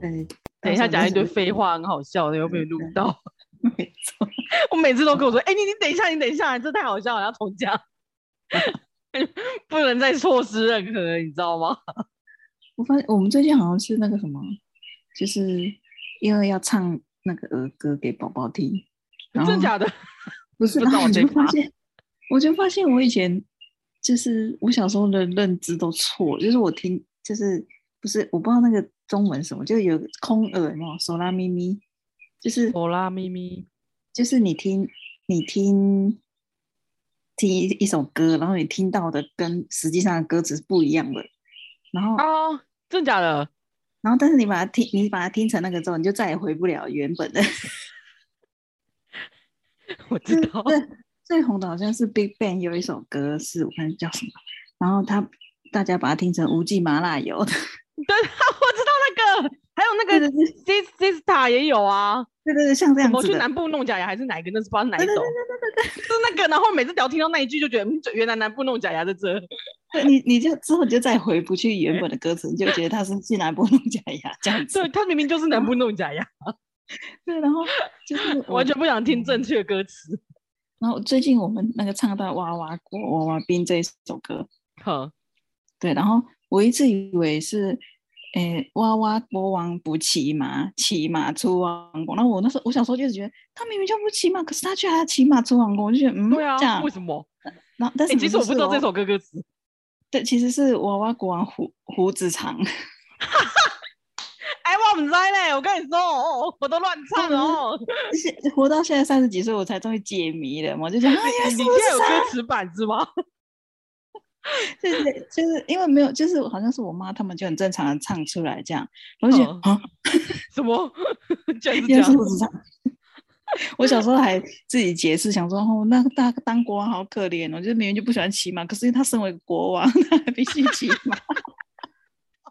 对，等一下讲一堆废话，很好笑的，又被录到。嗯没错， 我每次都跟我说：“哎、你你等一下，你等一下，这太好笑了，要重讲， 不能再错失任何，你知道吗？”我发现我们最近好像是那个什么，就是因为要唱那个儿歌给宝宝听，然后真 假的？不是，不然知道后我这就个发啊现，我就发现我以前就是我小时候的认知都错，就是我听就是不是我不知道那个中文什么，就有空耳有没有手拉咪咪，就是我啦咪咪，就是你听你听听一一首歌，然后你听到的跟实际上的歌词是不一样的，然后哦，真假 的？然后但是你把它听你把它听成那个之后，你就再也回不了原本的。我知 道，最最红的好像是 Big Bang 有一首歌是我看叫什么，然后他大家把它听成无忌麻辣油的，对，我知道那个，还有那对个对对 Sis Sista 也有啊。对对，像这什样么子去的。南部弄假牙还是哪一个？那是不知道是哪一对对种对，是那个。然后每次只要听到那一句，就觉得嗯，这原来南部弄假牙在这。 对你你就之后你就再回不去原本的歌词，你就觉得他是进来不弄假牙这样子对，。他明明就是南部弄假牙，对，然后就是我 完全不想听正确歌词。然后最近我们那个唱到《娃娃国娃娃兵》这一首歌，好，对，然后我一直以为是，诶，娃娃国王不骑马，骑马出王宫。那我那时候我小时候就是觉得他明明就不骑马，可是他却还要骑马出王宫，我就觉得嗯，对这啊，样为。什么？然后但哎、是其实我不知道这是首歌歌词，对，其实是娃娃国王胡胡子长， 哎，我唔知嘞，我跟你说，哦，我都乱唱哦。现活到现在三十几岁，我才终于解谜了嘛，我就觉得哎呀，啊是你你不现在是有长歌词版是吗？ 对对，就是因为没有，就是好像是我妈他们就很正常的唱出来这样，我就觉得嗯啊。什么？ 居 然是这要样是？我知道，我小时候还自己解释，想说哦，那个大当国王好可怜哦，就是明明就不喜欢骑马，可是因为他身为国王， 他还必须骑 马。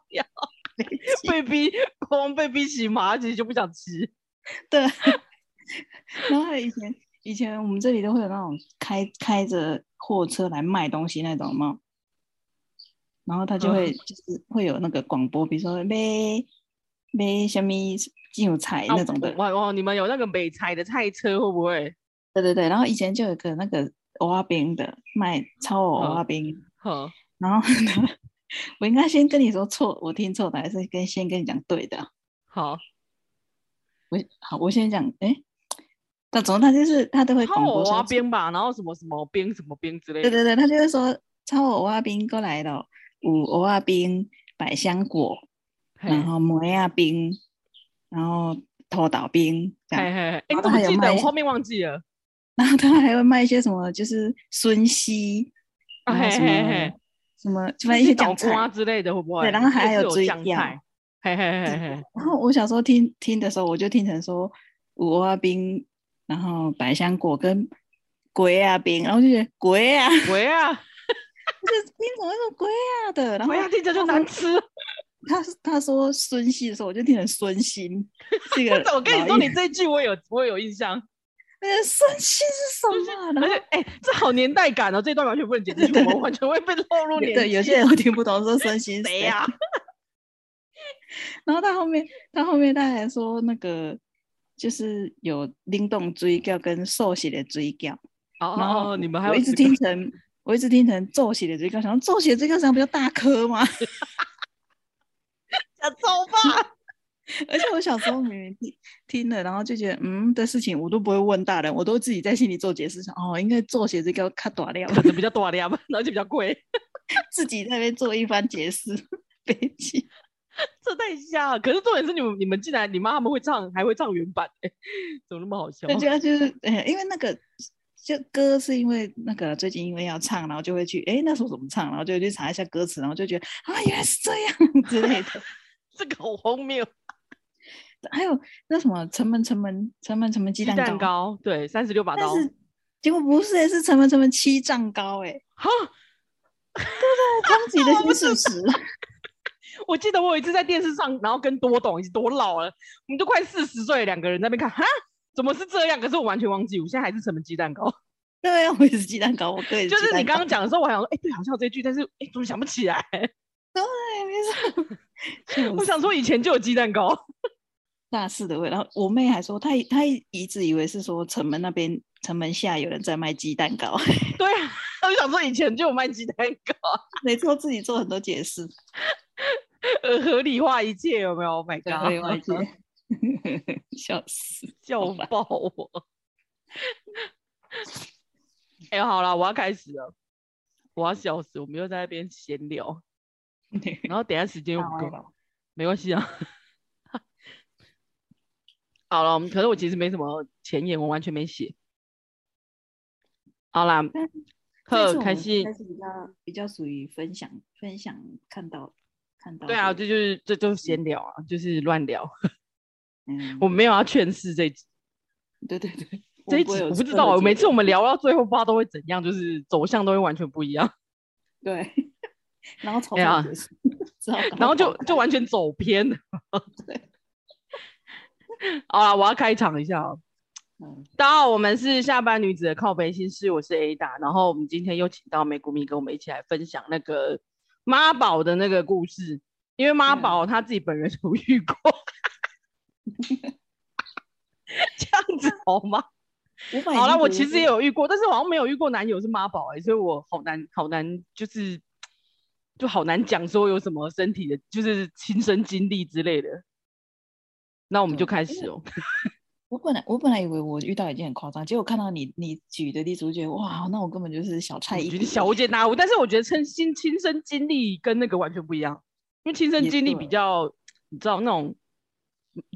呀没骑被逼国王被逼骑马，其实就不想骑。 对， 然后还有以前以前我们这里都会有那种开开着货车来卖东西那种嘛，然后他就嗯会、就是会有那个广播，比如说买买什么韭菜哎那种的，哇哇！哦你们有那个美菜的菜车会不会？对对对，然后以前就有个那个欧阿冰的卖超偶嗯欧阿冰，好，然后呢， 我应该先跟你说错，我听错的，还是跟先跟你讲对的啊？好，我好，我先讲，哎，那总之他就是他都会超广播偶说啊，冰吧，然后什么什么冰什么冰之类对的。对对，他就会说超偶欧阿冰过来了，五欧阿冰百香果，嘿然后摩亚冰，然后头岛冰这嘿样嘿，嘿，哎，然你后怎么还有记卖得？我后面忘记了。然后他还会卖一些什么，就是孙熙，啊然后嘿什嘿么嘿，什么，反那正一些些倒酱菜瓜。之类的会不 会？对然后还也是有有追酱药菜。嘿嘿嘿嘿，然后我小时候听听的时候，我就听成说五花冰，然后百香果跟鬼啊冰，然后就觉得鬼啊， 就喂啊，是你怎么会说鬼啊的？然后喂啊，听着就难 吃。他他说孙熙的时候，我就听成孙 兴，这个我跟你说，你这一句我有我有印象，那个孙兴是什么啊？然而后且哎、这好年代感哦，这段完全不能剪进去，我们完全会被落入年对，有纪些人我听不懂，说孙兴 谁啊呀、然后他后面，他后面他还说那个就是有灵动追叫跟瘦血的追叫，哦然后哦，你们还我有一直这个听成，我一直听成奏写的这个，想说奏写的这个上不叫大科吗？ 假走 吧，而且我小时候明明听听了，然后就觉得嗯的事情我都不会问大人，我都自己在心里做解释，想哦应该奏写这个看短 料，可能比较多的呀，然后就比较贵。 自己在那边做一番解释，悲剧。这太瞎了。可是重点是你们你们竟然你妈他们会唱，还会唱原版、欸， 怎么那么好笑？对，主要就是哎、因为那个就歌是因为那个最近因为要唱，然后就会去哎、那首怎么唱，然后就会去查一下歌词，然后就觉得啊原来是这样 之类的。这个好荒谬。还有那什么城门城门城门城门鸡鸡蛋蛋糕，对，三十六把但刀。是结果不是、欸，是城门城门七丈高哎、欸，哈，冲击 的不是事实。我记得我有一次在电视上，然后跟多董一起多老了，我们都快四十岁了，两个人在那边看，哈，怎么是这样？可是我完全忘记，我现在还是城门鸡蛋糕。 对啊，我也是鸡蛋糕，我哥也就鸡是蛋你刚糕 刚讲的时候，我还想说，哎、对，好像有这句，但是哎、怎么想不起来？对，没错。我想说以前就有鸡蛋糕。 大四的味道。我妹还说，她以她一一直以为是说城门那边城门下有人在卖鸡蛋糕， 对啊，我就想说以前就有卖鸡蛋糕，每次都自己做很多解释。呃，合理化一切有没有？Oh my 对，我也忘 god，记 笑 死。笑吧爆我！哎、好了，我要开始了，我要笑死，我们又在那边闲聊，然后等一下时间又好不啊够，没 关系啊。好了，我们可是我其实没什么前言，我完全没写。好啦，呵，开心。但是比较比较属于分享分享看到看到的。对啊，这就是这就是闲聊啊，就是乱聊。嗯，我没有要劝世这一集，对对对， 这一不会集有我不知特道，啊别每结次我论们聊到最后，不知道都会怎样，就是走向都会完全不一 样， 对，然后从哎呀头结束， 只好赶 然快后就跑开就完全走 偏了。 对，好啦，我要开场一下哦。嗯大家好，我们是下班女子的靠背心事，我是 A 大，然后我们今天又请到美谷米跟我们一起来分享那个妈宝的那个故事，因为妈嗯宝她自己本人有遇过，这样子好吗？五百好已了，经我读其实是也有遇过，但是我好像没有遇过男友是妈宝哎，所以我好难好难，就是就好难讲说有什么身体的，就是亲身经历之类的。那我们就对开因始为哦。我本来我本来以为我遇到已经很夸张，结果看到你你举的例子，我就觉得哇，那我根本就是小菜我一觉碟得。小巫见大巫，但是我觉得亲亲亲身经历跟那个完全不一样，因为亲身也经历比对较，你知道那种，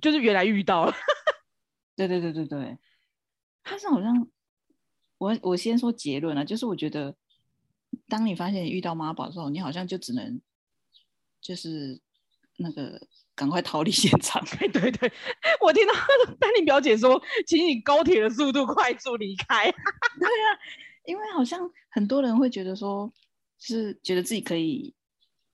就是原来遇到了， 对对对对对，但是好像我我先说结论啊，就是我觉得，当你发现你遇到妈宝之后，你好像就只能就是那个赶快逃离现场。 对对对，我听到丹妮表姐说，请以高铁的速度快速离开，哎因为好像很多人会觉得说，就是觉得自己可以，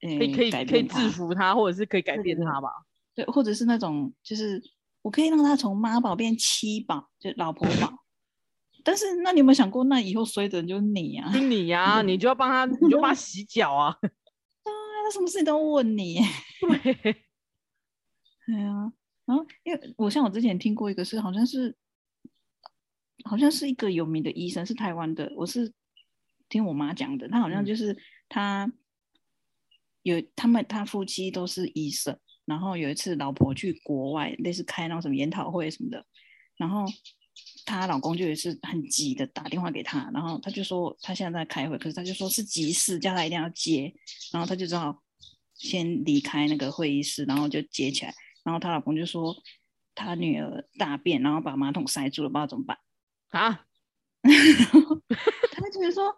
嗯、可以可以改可以变制他，服他，或者是可以改对对变对他吧。对，或者是那种就是我可以让他从妈宝变妻宝，就老婆宝。 但是，那你有没有想过，那以后衰的人就是你啊？ 就你呀、你就要帮他，你就帮他洗脚啊。 他什么事情都问你。对，对啊，然后因为我像我之前听过一个是，好像是，好像是一个有名的医生，是台湾的，我是听我妈讲的，他好像嗯就是他有他们他夫妻都是医生，然后有一次老婆去国外，类似开那种什么研讨会什么的，然后她老公就也是很急的打电话给她，然后她就说她现在在开会，可是她就说是急事，叫她一定要接，然后她就只好先离开那个会议室，然后就接起来，然后她老公就说她女儿大便，然后把马桶塞住了，不知道怎么办， 啊，她就觉得说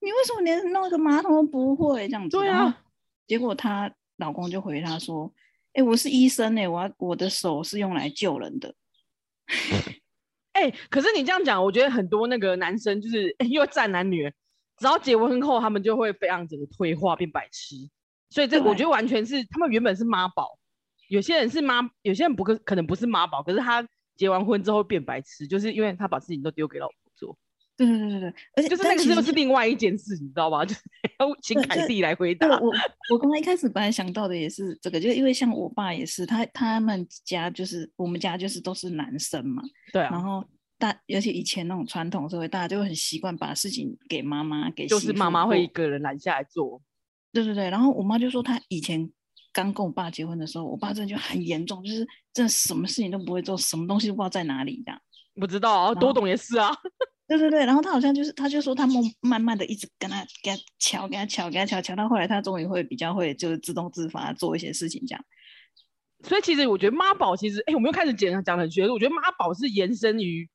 你为什么连弄个马桶都不会这样子？对然后啊，结果她老公就回她说：“哎、我是医生哎、我要我的手是用来救人的。哎、可是你这样讲，我觉得很多那个男生就是、 哎又要站男女，只要结婚后，他们就会非常整个退化变白痴。所以这对我觉得完全是他们原本是妈宝，有些人是妈，有些人不可可能不是妈宝，可是他结完婚之后变白痴，就是因为他把事情都丢给老婆做，”对对对对对，而且就是但那个其是实又是另外一件事，你知道吧？ 就是要请对凯这蒂来回答对，。我我刚才一开始本来想到的也是这个，就是因为像我爸也是，他他们家就是我们家就是都是男生嘛，对然啊，后大而且以前那种传统社会，大家就会很习惯把事情给妈妈给就是媳妇妈妈会一做，个人揽下来做，对对对，然后我妈就说她以前。刚跟我爸结婚的时候，我爸真的就很严重，就是真的什么事情都不会做，什么东西都不知道在哪里的。我知道啊，后多懂也是啊。对对对，然后他好像就是，他就说他慢慢慢的一直跟他给他瞧，给他瞧，给他瞧，瞧到后来他终于会比较会就是自动自发地做一些事情这样。所以其实我觉得妈宝其实，哎、我们又开始讲讲得很学术。我觉得妈宝是延伸于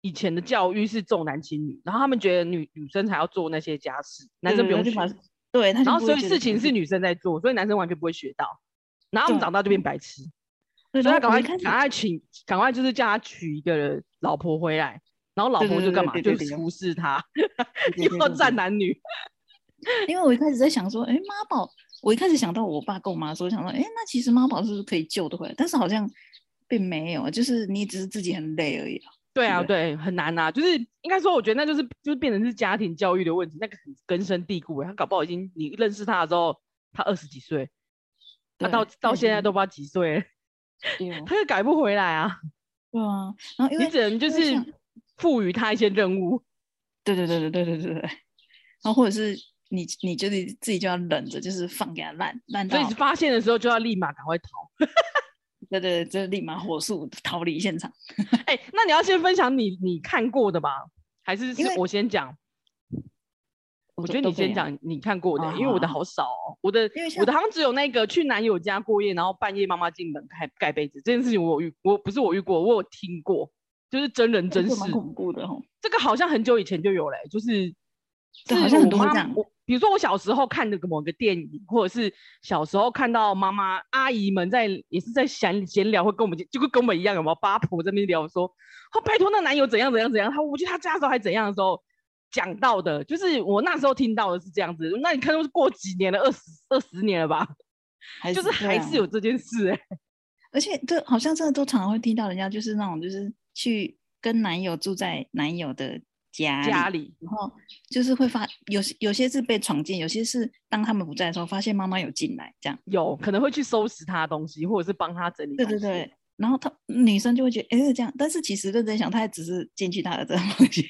以前的教育是重男轻女，然后他们觉得女女生才要做那些家事，男生不用对去。对他就把对，他就然后不所会以觉得事情是女生在做，所以男生完全不会学到。然后我们对长大就变白痴，对，所以然他后我赶快一开始赶快请，赶快就是叫他娶一个老婆回来，然后老对婆对就对干嘛？对就对对服侍他，对对 又对战男女。因为我一开始在想说，哎，妈宝，我一开始想到我爸跟我妈说，想说，哎，那其实妈宝是不是可以救得回来？但是好像并没有，就是你只是自己很累而已啊。对啊，对对，很难啊，就是应该说，我觉得那就是就是变成是家庭教育的问题，那个很根深蒂固欸。他搞不好已经你认识他的时候，他二十几岁，他、对到到现在嗯都不知道几岁了，对他又改不回来啊。对啊，然后因你为只能就因为是像赋予他一些任务。对对对对对对对对，然后或者是你你就是自己就要忍着，就是放给他烂烂所到以，发现的时候就要立马赶快逃。对对，对就是立马火速逃离现场。哎、那你要先分享你你看过的吧，还是是因为我先讲？都我觉得你都可以先啊讲你看过的、哦因为我的好好少哦，我的因为像我的好像只有那个去男友家过夜，然后半夜妈妈进门盖盖被子这件事情，我有遇，我不是我遇过，我有听过，就是真人真这事个。蛮恐怖的吼。这个好像很久以前就有嘞、就是对是好像我很多会妈这样我比如说我小时候看的某个电影，或者是小时候看到妈妈阿姨们在也是在闲闲聊，会跟我们就跟我们一样，有没有八婆在那边聊说，哦拜托那男友怎样怎样怎样，他我去他家的时候还怎样的时候。讲到的，就是我那时候听到的是这样子，那你看都是过几年了，二十二十年了吧，还就是对还啊是有这件事哎、而且对，好像真的都常常会听到人家就是那种就是去跟男友住在男友的家家里，里然后就是会发有些有些是被闯进，有些是当他们不在的时候发现妈妈有进来这样。有可能会去收拾他的东西，或者是帮他整理。对对对，，然后他女生就会觉得哎、诶这样，但是其实认真想，她也只是进去她的这个房间。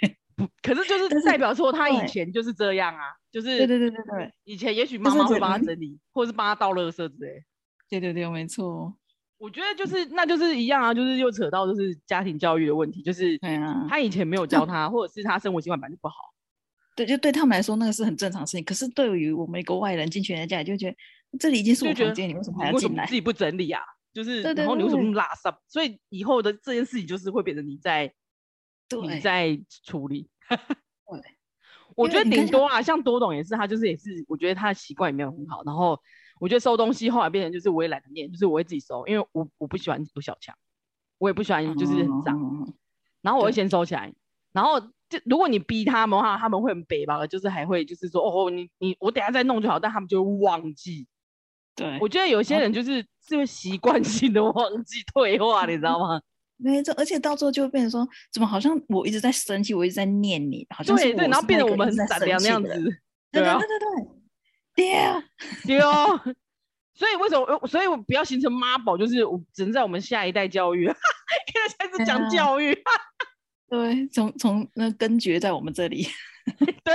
可是就但是是代表说他以对前就是这样啊，就是对对对对对以前也许但妈是妈会这帮他嗯整理，或是帮他倒垃圾之类。对对对，没错。我觉得就是那就是一样啊，就是又扯到就是家庭教育的问题，就是对啊，他以前没有 教他，或者是他生活习惯本来就不好。对，就对他们来说那个是很正常的事情，可是对于我们一个外人进去人家家里，就会觉得这里已经是就我觉房得间，你为什么还你要为什进么来自？己不整理啊？就是对对然后你为什么对那么垃圾？所以以后的这件事情就是会变成你在你对在处理。 对，我因觉为得你顶看像多啊，像多董也是，他就是也是，我觉得他的习惯也没有很好。然后我觉得收东西后来变成就是我也懒得念，就是我会自己收，因为我我不喜欢有小强，我也不喜欢就是很脏，哦然后我会对先收起来。然后就如果你逼他们的话，他们会很北吧，就是还会就是说哦你你我等一下再弄就好，但他们就会忘记。对，我觉得有些然后人就是是会习惯性的忘记退化，你知道吗？ 没错，而且到最后就会变成说，怎么好像我一直在生气，我一直在念你，好像是对对，然后变得我们很闪闪亮那样子。，对对啊对对对对，对，对哦，所以为什么我？所以我不要形成妈宝，就是我只能在我们下一代教育， 现在开始对讲啊教育，对，从从那根绝在我们这里，对。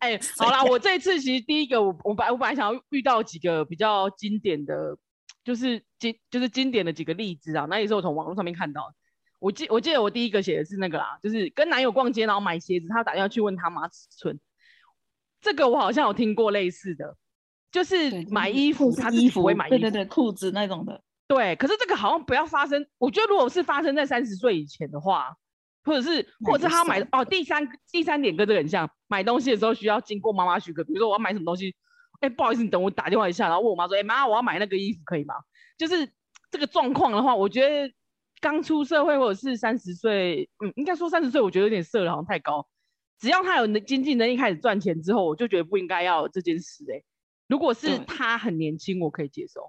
哎、好啦，我这一次其实第一个我我本来我本来想要遇到几个比较经典的，就是经就是经典的几个例子啊，那也是我从网络上面看到的。我记我记得我第一个写的是那个啦，就是跟男友逛街然后买鞋子，他打电话去问他妈尺寸，这个我好像有听过类似的，就是对买衣服或是他自己衣服不会买衣服，对对对，裤子那种的，对，可是这个好像不要发生。我觉得如果是发生在三十岁以前的话，或者是那或者是就他买算哦，第三第三点跟这个很像，买东西的时候需要经过妈妈许可。比如说我要买什么东西，哎、不好意思，你等我打电话一下，然后问我妈说，哎、妈，我要买那个衣服可以吗？就是这个状况的话，我觉得刚出社会或者是三十岁，嗯，应该说三十岁，我觉得有点色了，好像太高。只要他有能经济能力开始赚钱之后，我就觉得不应该要有这件事、哎，如果是对他很年轻，我可以接受。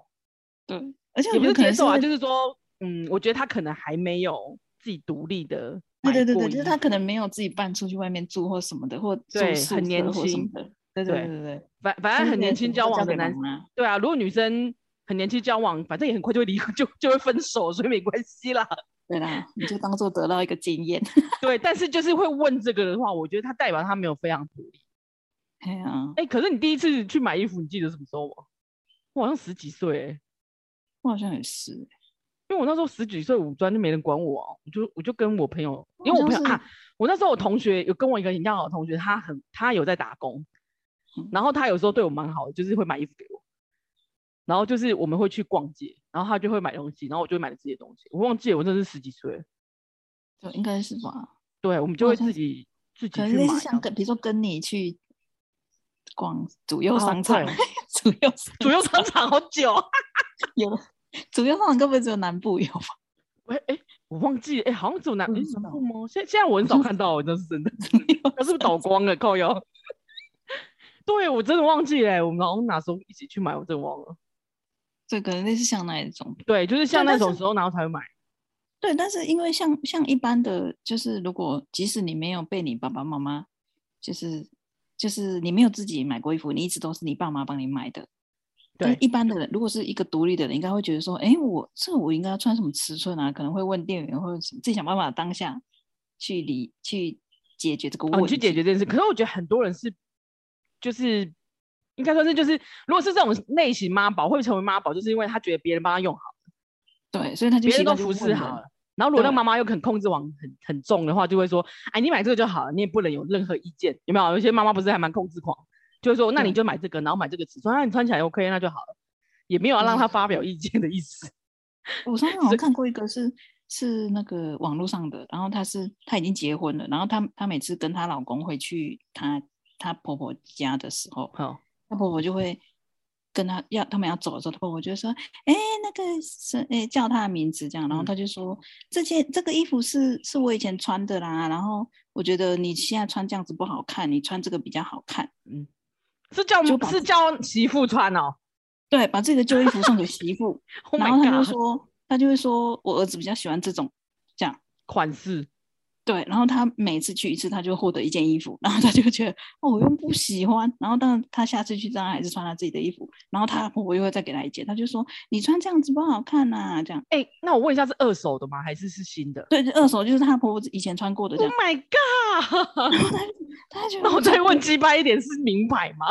对，而且也我不觉得可能是接受啊，会就是说，嗯，我觉得他可能还没有自己独立的，对对对对，就是他，可能没有自己搬出去外面住或什么的，或住对宿很年舍或什么轻的，对对对对对，反反正很年轻交往的男，生，对啊，如果女生很年轻交往，反正也很快就会离婚，就就会分手，所以没关系啦。 对啦，你就当做得到一个经验， 对，但是就是会问这个的话，我觉得他代表他没有非常独立。哎呀，哎、可是你第一次去买衣服，你记得什么时候吗？我好像十几岁、欸，我好像也是，因为我那时候十几岁，五专就没人管我啊，我就我就跟我朋友，因为好我朋友哦像是啊，我那时候我同学有跟我一个很要好的同学，他很他有在打工嗯，然后他有时候对我蛮好的，就是会买衣服给我。然后就是我们会去逛街，然后他就会买东西，然后我就会买了自己的东西。我忘记了，我真的是十几岁了，就应该是吧？对，我们就好会像自己自己可去能类买啊似这像样。跟，比如说跟你去逛主要哦商场对， 主要商主要商场好久、啊， 有主要商场根本只有南部有吧？喂，哎、我忘记了，哎、好像只有南嗯诶是南哦部吗？现现在我很 少看到，那是真的，那是不是倒光了？靠腰。对，我真的忘记了，我们好像哪时候一起去买，我真的忘了。对，可能类似像那一种。对，就是像但那种是时候，然后才会买。对，但是因为像像一般的，就是如果即使你没有被你爸爸妈妈，就是就是你没有自己买过衣服，你一直都是你爸妈帮你买的。但对一般的人，如果是一个独立的人，应该会觉得说，哎，我这我应该要穿什么尺寸啊？可能会问店员，或者什么自己想办法当下去理去解决这个问哦，题。你去解决这件事。可是我觉得很多人是，就是应该说是就是，如果是这种类型妈宝，会成为妈宝，就是因为他觉得别人帮他用好，对，所以他就别习人都惯去服问侍好人了。然后如果那对妈妈又肯控制网很很重的话，就会说，哎，你买这个就好了，你也不能有任何意见，有没有？有些妈妈不是还蛮控制狂，就会说，那你对就买这个，然后买这个尺寸，那你穿起来 OK，那就好了，也没有要让他发表意见的意思。我上次好像看过一个是是那个网络上的，然后她是她已经结婚了，然后她她每次跟她老公回去她她婆婆家的时候，好，她婆婆就会跟她要他们要走的时候，她婆婆就会说：“哎、那个是哎、叫她的名字这样。”然后嗯她就说：“这件这个衣服是是我以前穿的啦，然后我觉得你现在穿这样子不好看，你穿这个比较好看。” 嗯是叫就把是自叫媳妇穿哦。对，把自己的旧衣服送给媳妇， Oh 然后她就 my god，说，她就会说我儿子比较喜欢这种，这样。款式对，然后他每次去一次，他就获得一件衣服，然后他就觉得哦，我又不喜欢，然后但他下次去，当然还是穿他自己的衣服，然后他婆婆又会再给他一件，他就说你穿这样子不好看呐、这样。哎、那我问一下，是二手的吗？还是是新的对，这二手就是他婆婆以前穿过的这？Oh 样， my 他就觉得 god！啊那我再问，鸡掰一点，是名牌吗？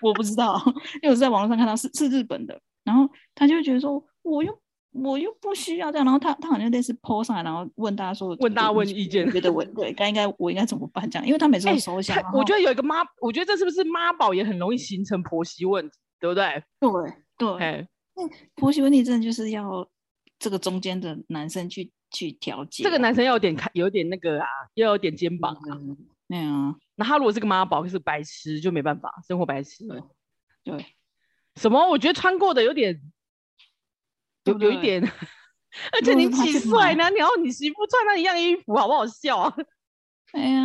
我不知道，因为我是在网络上看到是是日本的，然后他就会觉得说我又我又不需要这样，然后他他好像类似 po 上来，然后问大家说问大家我问意见觉得我对该应该我应该怎么办这样，因为他每次哎都收下，他然我后觉得有一个妈，我觉得这是不是妈宝也很容易形成婆媳问题，对不对？对对。哎，婆媳问题真的就是要这个中间的男生去去调节啊。这个男生要有点开，有点那个啊，要有点肩膀啊。嗯，对啊，那他如果是个妈宝，就是白痴，就没办法，生活白痴。对对，什么？我觉得穿过的有点，对有不有一对 点。而如且果你是他几去岁买呢？然后你媳妇穿那一样衣服，好不好笑啊？ 哎呀，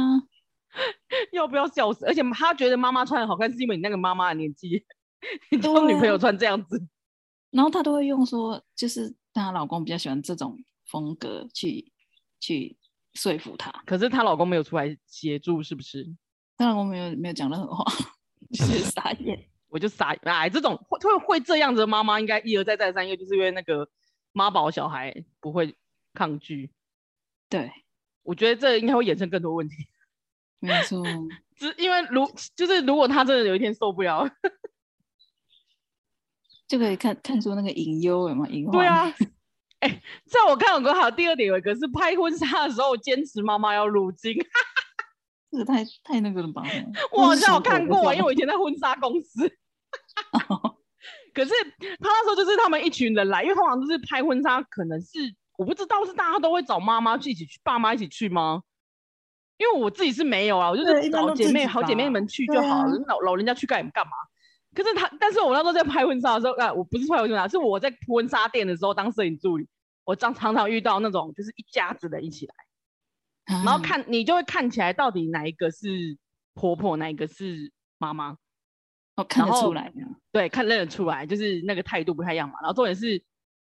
要不要笑死？而且他觉得妈妈穿的好看，是因为你那个妈妈的年纪， 你交对女朋友啊穿这样子，然后她都会用说，就是她老公比较喜欢这种风格去去说服她，可是她老公没有出来协助，是不是？她老公没有没有讲任何话，就是 傻眼。我就傻眼，哎，这种会会会这样子的妈妈，应该一而再再而三，因为就是因为那个妈宝小孩不会抗拒。对，我觉得这应该会衍生更多问题，没错，只因为如就是如果他真的有一天受不了，就可以看看出那个隐忧有没有隐对患啊， 哎、在我看有个好，第二点有一个是拍婚纱的时候坚持妈妈要入镜，这个太太那个 了吧？我好这是什像有么看狗过，的因为我以前在婚纱公 司。可是他那时候就是他们一群人来，因为通常都是拍婚纱，可能是我不知道是大家都会找妈妈去一起去，爸妈一起去吗？因为我自己是没有啊，我就对是一般找都姐自妹、己好姐妹吧们去就对好了啊，老老人家去干干嘛？可是他，但是我那时候在拍婚纱的时候，啊，我不是拍婚纱，是我在婚纱店的时候当摄影助理，我常常常遇到那种就是一家子人一起来。然然后看你就会看起来到底哪一个是婆婆，哪一个是妈妈，我哦看然得后出来啊，对，看认得出来，就是那个态度不太一样嘛。然后重点是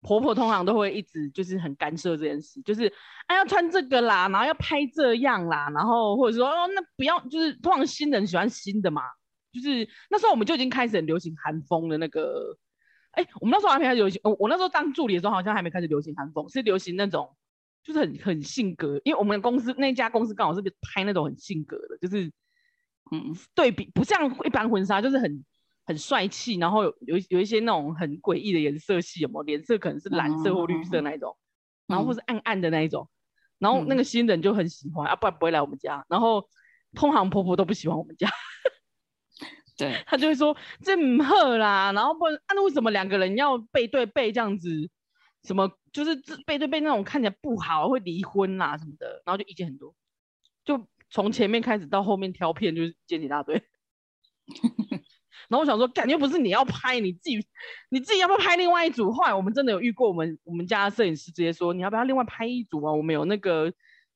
婆婆通常都会一直就是很干涉这件事，就是哎要穿这个啦，然后要拍这样啦，然后或者说哦那不要，就是通常新人喜欢新的嘛，就是那时候我们就已经开始很流行韩风的那个。哎、我们那时候还没开始流行，我我那时候当助理的时候好像还没开始流行韩风，是流行那种就是很很性格，因为我们公司那家公司刚好是拍那种很性格的，就是嗯，对比不像一般婚纱，就是很很帅气，然后有有一有一些那种很诡异的颜色系，有没有？脸色可能是蓝色或绿色那一种，然后或嗯是暗暗的那一种，然后那嗯个新人就很喜欢啊，不然不会来我们家。然后通常婆婆都不喜欢我们家，对，他就会说这唔喝啦，然后不然，啊那为什么两个人要背对背这样子？什么就是这背对背那种看起来不好，会离婚啦什么的，然后就意见很多，就从前面开始到后面挑片就是见一大堆。然后我想说，感觉不是你要拍，你自己你自己要不要拍另外一组？后来我们真的有遇过，我们我们家的摄影师直接说，你要不要另外拍一组啊？我们有那个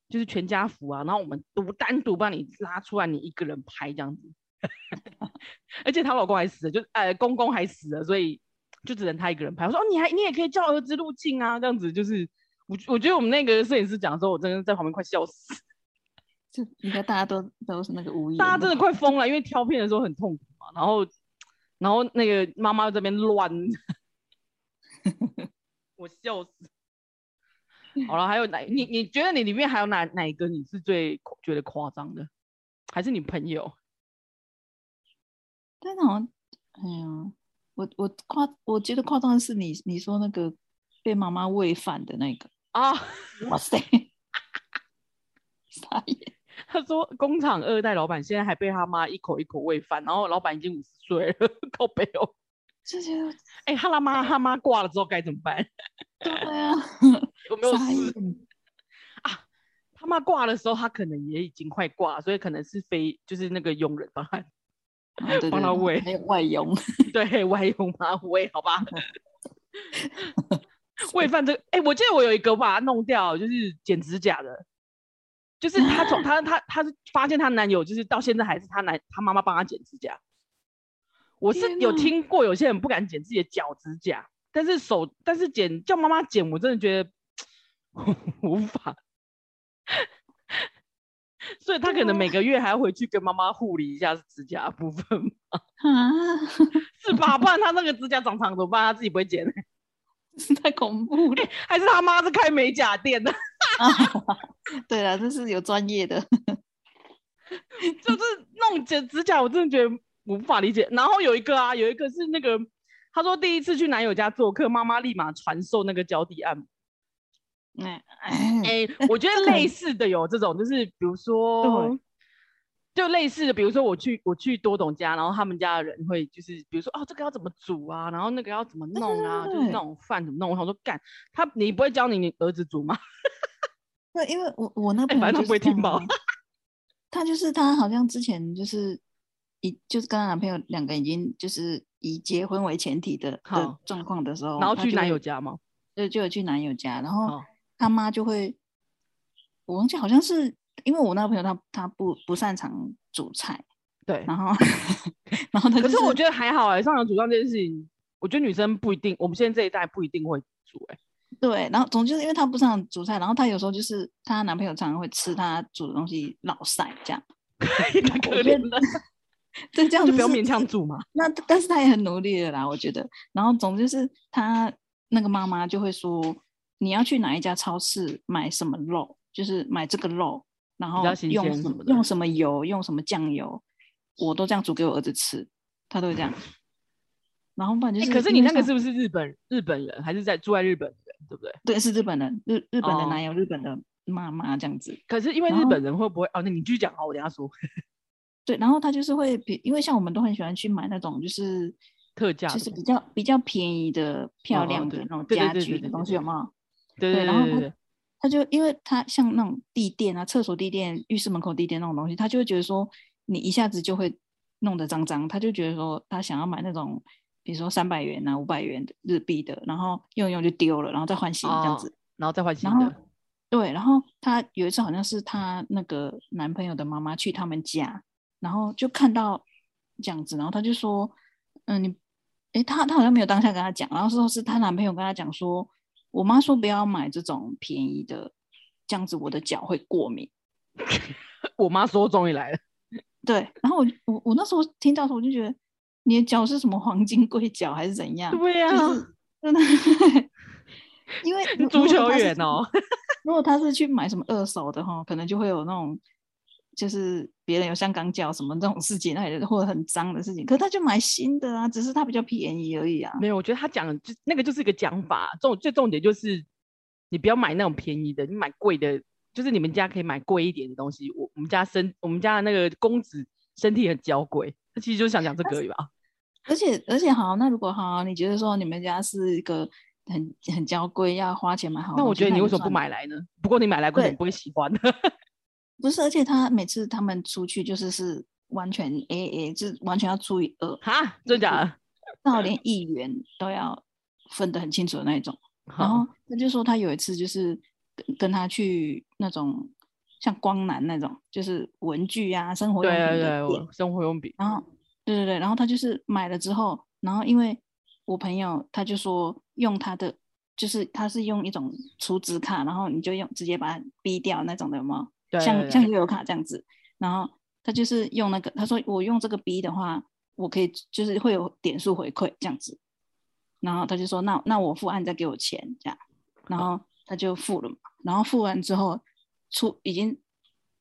就是全家福啊，然后我们独单独帮你拉出来，你一个人拍这样子。而且她老公还死了，就呃公公还死了，所以就只能她一个人拍。我说哦，你还你也可以叫儿子入境啊，这样子就是我我觉得我们那个摄影师讲的时候，我真的在旁边快笑死，这应该大家都都是那个无言，大家真的快疯了，因为挑片的时候很痛苦嘛。然后然后那个妈妈这边乱， 我笑死。好了，还有哪？你你觉得你里面还有哪哪一个你是最夸觉得夸张的？还是你朋友？但是好像，哎呀，我我夸，我觉得夸张的是你你说那个被妈妈喂饭的那个，啊，哇塞，傻眼，他说工厂二代老板现在还被他妈一口一口喂饭，然后老板已经五十岁了，靠北哦。就觉得哎、他他妈他妈挂了之后该怎么办？ 对啊，有没有傻事？啊眼，他妈挂的时候，他可能也已经快挂了，所以可能是非就是那个佣人帮他，啊对对帮他对喂还有外佣， 对外佣妈喂，好吧。喂饭这个，哎、我记得我有一个我把它弄掉，就是剪指甲的，就是她从她她她是发现她男友就是到现在还是她男她妈妈帮她剪指甲。我是天有哪听过有些人不敢剪自己的脚指甲，但是手但是剪叫妈妈剪，我真的觉得 无法。所以她可能每个月还要回去跟妈妈护理一下指甲的部分吧啊， 是吧？不然他那个指甲长长怎么办？他自己不会剪， 太恐怖了 还是他妈是开美甲店的？ 啊！对啦，这是有专业的， 就是弄剪指甲，我真的觉得无法理解。然后有一个啊，有一个是那个，他说第一次去男友家做客，妈妈立马传授那个脚底按摩。哎哎、我 觉得这个类似的有这种，就是比如说对，就类似的，比如说我去我去多董家，然后他们家的人会就是，比如说哦，这个要怎么煮啊，然后那个要怎么弄啊，就是对那种饭怎么弄。我想说，干他，你不会教你你儿子煮吗？对，因为我我那哎朋友反正他就是不会这样听吧啊他就是他好像之前就是以就是跟她男朋友两个已经就是以结婚为前提的的好状况的时候，然后她去哦就男会友家吗？对，就有去男友家，然后哦他妈就会，我忘记好像是因为我那个朋友他他不不擅长煮菜，对，然后 然后他 就可是我觉得得还好哎、上床煮饭这件事情，我觉得女生不一定，我们现在这一代不一定会煮哎、对，然后总之就是因为他不擅长煮菜，然后他有时候就是她男朋友常常会吃她煮的东西老晒这样，欸 太可我觉怜了，对，这样就子不要是勉强煮嘛。那但是他也很努力了啦，我觉得。然后总之就是他那个妈妈就会说，你要去哪一家超市买什么肉，就是买这个肉，然后较新用鲜什什么么的用什么油，用什么酱油，我都这样煮给我儿子吃，他都会这样。然后不然就哎是因为像、可是你那个是不是日本日本人，还是在住在日本的人，对不对？对是日本人，日日本的哦男友，日本的妈妈这样子。可是因为然日后本人会不会哦？那你继续讲啊，我等一下说对，然后他就是会比，因为像我们都很喜欢去买那种就是特价就是的比较比较便宜的、漂哦亮对的那种对对家对对具对的对东西，对有没有？对对对然后对对他对，他就因为他像那种地垫啊、厕所地垫、浴室门口地垫那种东西，他就会觉得说你一下子就会弄得脏脏，他就觉得说他想要买那种，比如说三百元啊、五百元的日币的，然后用一用就丢了，然后再换新这样哦子。然后再换新然后的。对，然后她有一次好像是她那个男朋友的妈妈去他们家，然后就看到这样子，然后她就说：“嗯，你，诶，她她好像没有当下跟她讲，然后说是她男朋友跟她讲说，我妈说不要买这种便宜的，这样子我的脚会过敏。 我妈说终于来了，”对，然后我我我那时候听到的时候我就觉得，你的脚是什么黄金龟脚还是怎样？对啊呀、 就是真 的，因为如足如果球他是员去哦如果他是去买什么二手的哈，可能就会有那种，就是别人有香港脚什么这种事情，那也或者很脏的事情。可是他就买新的啊，只是它比较便宜而已啊。没有，我觉得他讲的就那个就是一个讲法，啊重最重点就是你不要买那种便宜的，你买贵的，就是你们家可以买贵一点的东西。我我们家生我们家的那个公子身体很娇贵。他其实就想讲这个而已吧。而且而且好，那如果好，你觉得说你们家是一个很很娇贵，要花钱买好的东西，那我觉得你为什么不算了买来呢？不过你买来可对能不会喜欢。不是，而且他每次他们出去就是是完全 A A，就是完全要除以二，哈，真假的？到连一元都要分得很清楚的那一种。然好后，他就说他有一次就是跟跟他去那种像光南那种，就是文具啊、生活对用品对对，的店我生活用品。然后，对对对，然后他就是买了之后，然后因为我朋友他就说用他的，就是他是用一种储值卡，然后你就用直接把它逼掉那种的吗？对对像对像悠游卡这样子。然后他就是用那个，他说我用这个逼的话，我可以就是会有点数回馈这样子。然后他就说那那我付，啊，你再给我钱这样。然后他就付了嘛，然后付完之后出已经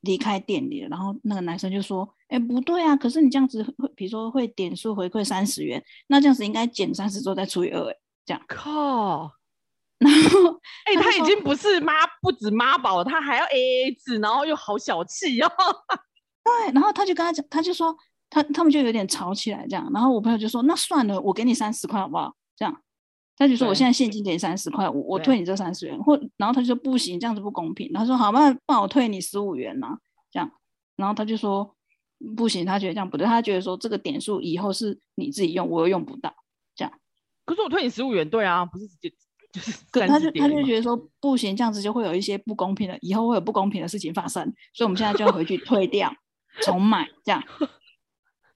离开店里了，然后那个男生就说：“哎，不对啊，可是你这样子会，比如说会点数回馈三十元，那这样子应该减三十之后再除以二。”哎， 靠！然后哎、他就他已说经不是妈，不止妈宝了，他还要 A A 制，然后又好小气哦。 对，然后他就跟他讲，他就说他他们就有点吵起来这样，然后我朋友就说：“那算了，我给你三十块好不好？”这样。他就说：“我对现在现金给你三十块，我我对退你这三十元。”或然后他就说：“不行，这样子不公平。”他说：“好吧，那我退你十五元嘛。”这样，然后他就说：“不行，他觉得这样不对，他觉得说这个点数以后是你自己用，我又用不到。”可是我退你十五元，对啊，不是直接就是可三他十就他点就嘛觉得说不行，这样子就会有一些不公平的，以后会有不公平的事情发生，所以我们现在就要回去退掉，重买这 样。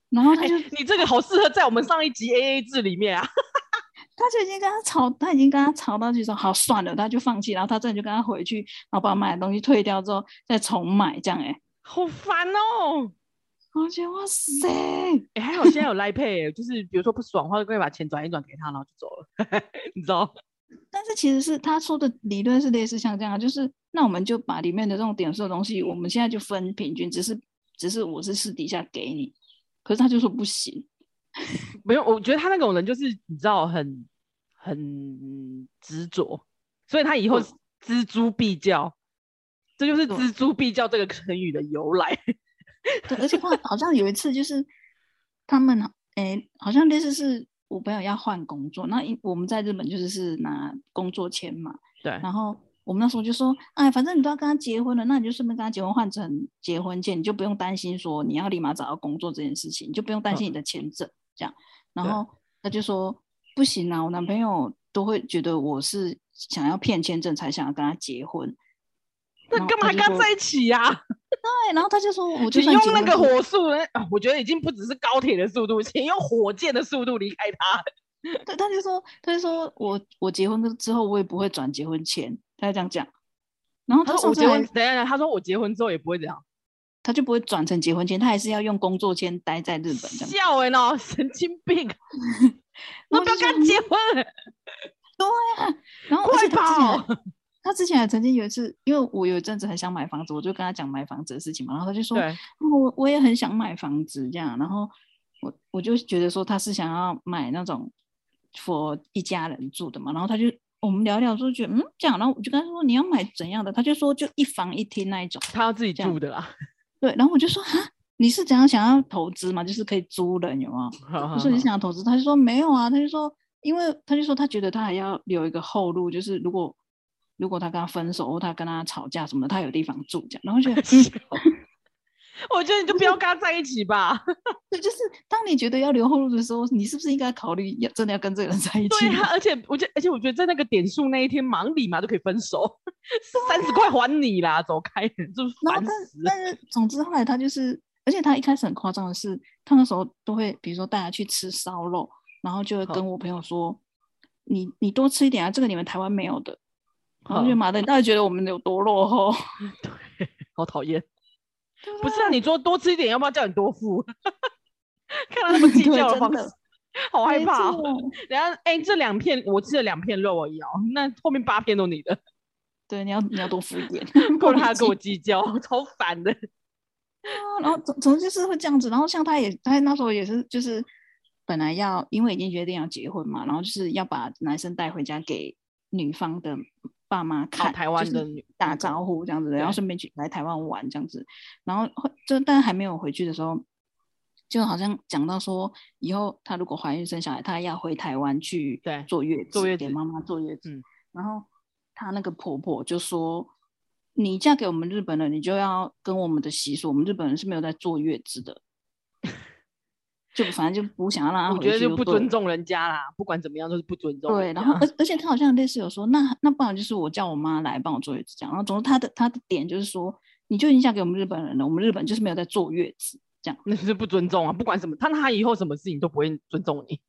然后他就、哎你这个好适合在我们上一集 A A 制里面啊。 他就已经跟他吵，他已经跟他吵到就说好算了，他就放弃，然后他真的就跟他回去，然后把买的东西退掉之后再重买这样哎、欸，嗯好烦哦！我觉得哇塞，哎、还好现在有来配、 就是比如说不爽的话，就可以把钱转一转给他，然后就走了， 你知道？但是其实是他说的理论是类似像这样，啊就是那我们就把里面的这种点数的东西，我们现在就分平均，只是只是我是私底下给你，可是他就说不行。没有，我觉得他那种人就是你知道很很执着，所以他以后嗯锱铢必较，这就是对锱铢必较这个成语的由来。 对，而且换好像有一次就是他们诶、好像类似是我朋友要换工作，那因我们在日本就是是拿工作签嘛，对，然后我们那时候就说，哎，反正你都要跟他结婚了，那你就顺便跟他结婚换成结婚签，你就不用担心说你要立马找到工作这件事情，你就不用担心你的签证这样。然嗯对后他就说不行啊，我男朋友都会觉得我是想要骗签证才想要跟他结婚。那然后干嘛他还就跟他说在一起呀、对，然后他就说，我就请算用结那婚个是火速呢、啊我觉得已经不只是高铁的速度， 请用火箭的速度离开他。对，他就说，他就说我我结婚之后我也不会转结婚签，他就这样讲。然后他他上说啊我次结还婚，等一下，他说我结婚之后也不会这样，他就不会转成结婚签，他还是要用工作签待在日本这样。笑哎呢，神经病，啊那我不要就说哦跟他结婚了。然后而快且他之前跑还他之前还曾经有一次，因为我有一阵子很想买房子，我就跟他讲买房子的事情嘛，然后他就说，对，哦我我也很想买房子这样，然后我我就觉得说他是想要买那种 for 一家人住的嘛，然后他就我们聊一聊就觉得嗯这样，然后我就跟他说你要买怎样的，他就说就一房一厅那一种，他要自己这样住的啦。对，然后我就说哈你是怎样想要投资嘛，就是可以租人有没有？好我说你是想要投资，他就说没有啊，他就说，因为他就说他觉得他还要留一个后路，就是如果如果他跟他分手或他跟他吵架什么的，他有地方住这样。然后觉得， 嗯，我觉得你就不要跟他在一起 吧。这就是当你觉得要留后路的时候，你是不是应该考虑要真的要跟这个人在一起？对啊，而且我觉得，而且我觉得在那个点数那一天忙里嘛就可以分手， 三十块还你啦，走开，就是然后烦但死了。但是总之后来他就是，而且他一开始很夸张的是，他那时候都会比如说带他去吃烧肉，然后就会好跟我朋友说，你你多吃一点啊，这个你们台湾没有的。然后我就觉好得妈的，你到底觉得我们有多落后？好讨厌，对不对 是啊？你说多吃一点，要不要叫你多付？ 看他那么 计对较的真方的式，好害没怕哦。错然后，哎，这两片我吃了两片肉而已哦，那后面八片 都你的，对，你要你要多付一 点，够莫他 名跟我其计较，超烦的。妙然后总总之就是会这样子，然后像他也，他那时候也是就是本来要，因为已经决定要结婚嘛，然后就是要把男生带回家给女方的爸妈看，哦台湾就是的女那打个招呼这样子的，然后对顺便去来台湾玩这样子，然后会就但还没有回去的时候，就好像讲到说，以后她如果怀孕生小孩，她要回台湾去对坐月子，坐月给子妈妈坐月子。嗯然后她那个婆婆就说：“你嫁给我们日本人，你就要跟我们的习俗，我们日本人是没有在坐月子的。” 就反正就不想要让她我回觉得去就就不对尊了重人家啦，不管怎么样都是不尊重对，人然家后而而且他好像类似有说，那那不然就是我叫我妈来帮我坐月子这样。然后总之他的他的点就是说，你就已经嫁给我们日本人了，我们日本就是没有在坐月子这样。那就是不尊重啊，不管什么，他他以后什么事情都不会尊重你。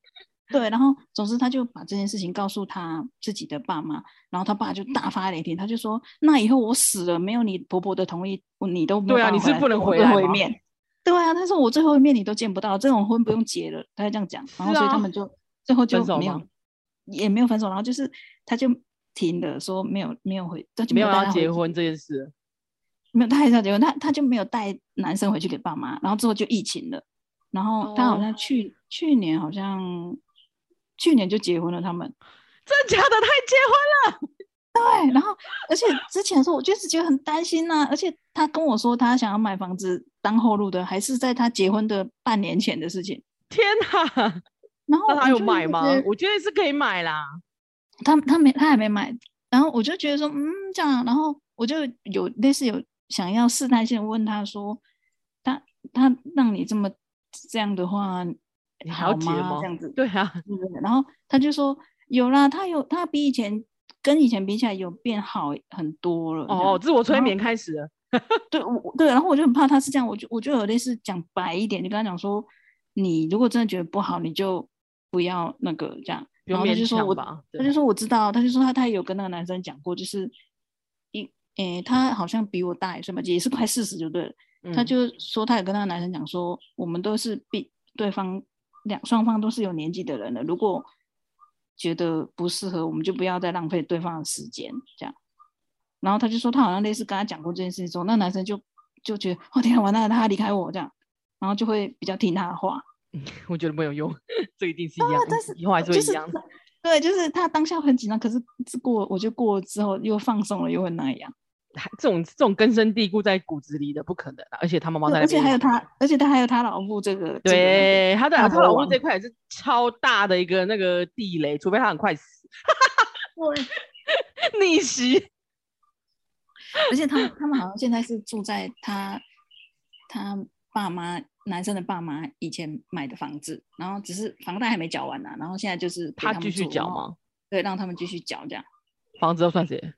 对，然后总之他就把这件事情告诉他自己的爸妈，然后他爸就大发雷霆，他就说，那以后我死了没有你婆婆的同意，我你都没有对办啊法你是来不能我回最来后一吗面。对啊，他说我最后一面你都见不到，这种婚不用结了，他就这样讲，然后是所以他啊们就最后就分手没有吗，也没有分手，然后就是他就停了，说没有没有回，他就没有带要他回结去婚这件事，没有，他还是要结婚，他他就没有带男生回去给爸妈，然后之后就疫情了，然后他好像哦去、去年好像去年就结婚了，他们真的假的？他还结婚了？对，然后而且之前的时候我就一直觉得很担心呐、而且他跟我说他想要买房子当后路的，还是在他结婚的半年前的事情，天哪！然后那哦他我有就买一直吗觉得？我觉得是可以买啦。他他没他还没买，然后我就觉得说，嗯，这样，然后我就有类似有想要试探性地问他说，他他让你这么这样的话，你还好要结吗这样子，对啊，对不对然后他就说有啦，他有他比以前跟以前比起来有变好很多了。这样哦，自我催嗯然后眠开始了。对，我我对，然后我就很怕他是这样，我就我就有类似讲白一点，就跟他讲说，你如果真的觉得不好，你就不要那个这样。不用然后他就勉说强我，吧他对啊就说我知道，他就说他他也有跟那个男生讲过，就是一诶，他好像比我大一岁吧，也是快四十就对了。他嗯就说他也跟那个男生讲说，我们都是比对方两双方都是有年纪的人了，如果觉得不适合，我们就不要再浪费对方的时间这样。然后他就说他好像类似跟他讲过这件事情之后，那男生就就觉得哦天啊，完蛋了，他离开我这样，然后就会比较听他的话。我觉得没有用， 这一定是一样啊的，但是以后还是会就一是样的。对，就是他当下很紧张，可是过我就过了之后又放松了，又会那样。还这种这种根深蒂固在骨子里的，不可能啊的。而且他妈妈对在那而且边还有也他，而且他还有他老婆这个。这个那个对，他的大他魔老公王这块也是超大的一个那个地雷，除非他很 快死，逆袭。而且他们他们好像现在是住在他他爸妈男生的爸妈以前买的房子，然后只是房贷还没缴完呢、啊然后现在就是给他们继续住缴？然后吗？对，让他们继续缴这样。房子要算谁？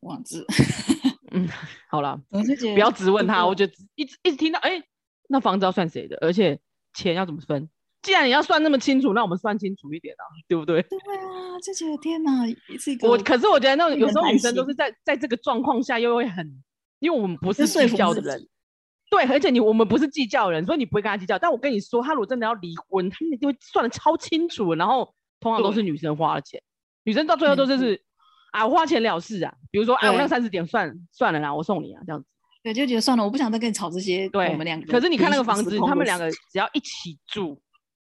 网子，嗯，好了， 我就觉得不要直问如他，果我觉得一直一直听到，哎、那房子要算谁的？而且钱要怎么分？既然你要算那么清楚，那我们算清楚一点啊，对不对？对啊，就觉得天哪， 是一个我可是我觉得那种令有人时候担女生都心是在在这个状况下又会很，因为我们不是就说计服较的自己人，对，而且你我们不是计较的人，所以你不会跟他计较。但我跟你说，他如果真的要离婚，他们一定会算的超清楚，然后通常都是女生花了钱，女生到最后都没是错是啊我花钱了事啊，比如说啊我嗯对那三十点算算了啦，我送你啊这样子。对，就觉得算了，我不想再跟你吵这些。对，我们两个。可是你看那个房子，他们两个只要一起住，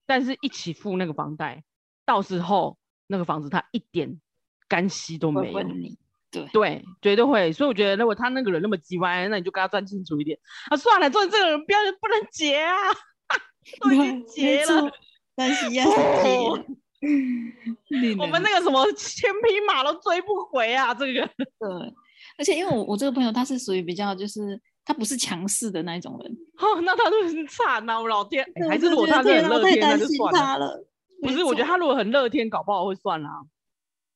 但是一起付那个房贷，到时候那个房子他一点干系都没会有。问 你，对，对，绝对会。所以我觉得，如果他那个人那么叽歪，那你就跟他算清楚一点。啊，算了，做这个人不要不能结啊，都已 经结了。，但 是要结。哦令我人们那个什么千匹马都追不回啊！这个对，而且因为我我这个朋友他是属于比较就是他不是强势的那一种人，哦，那他就很惨呐、我老天，哎对还我是就如果觉得他是天很哪我乐太天，那担就心算他了。了。不没是，我觉得错他如果很乐天，搞不好会算啦、啊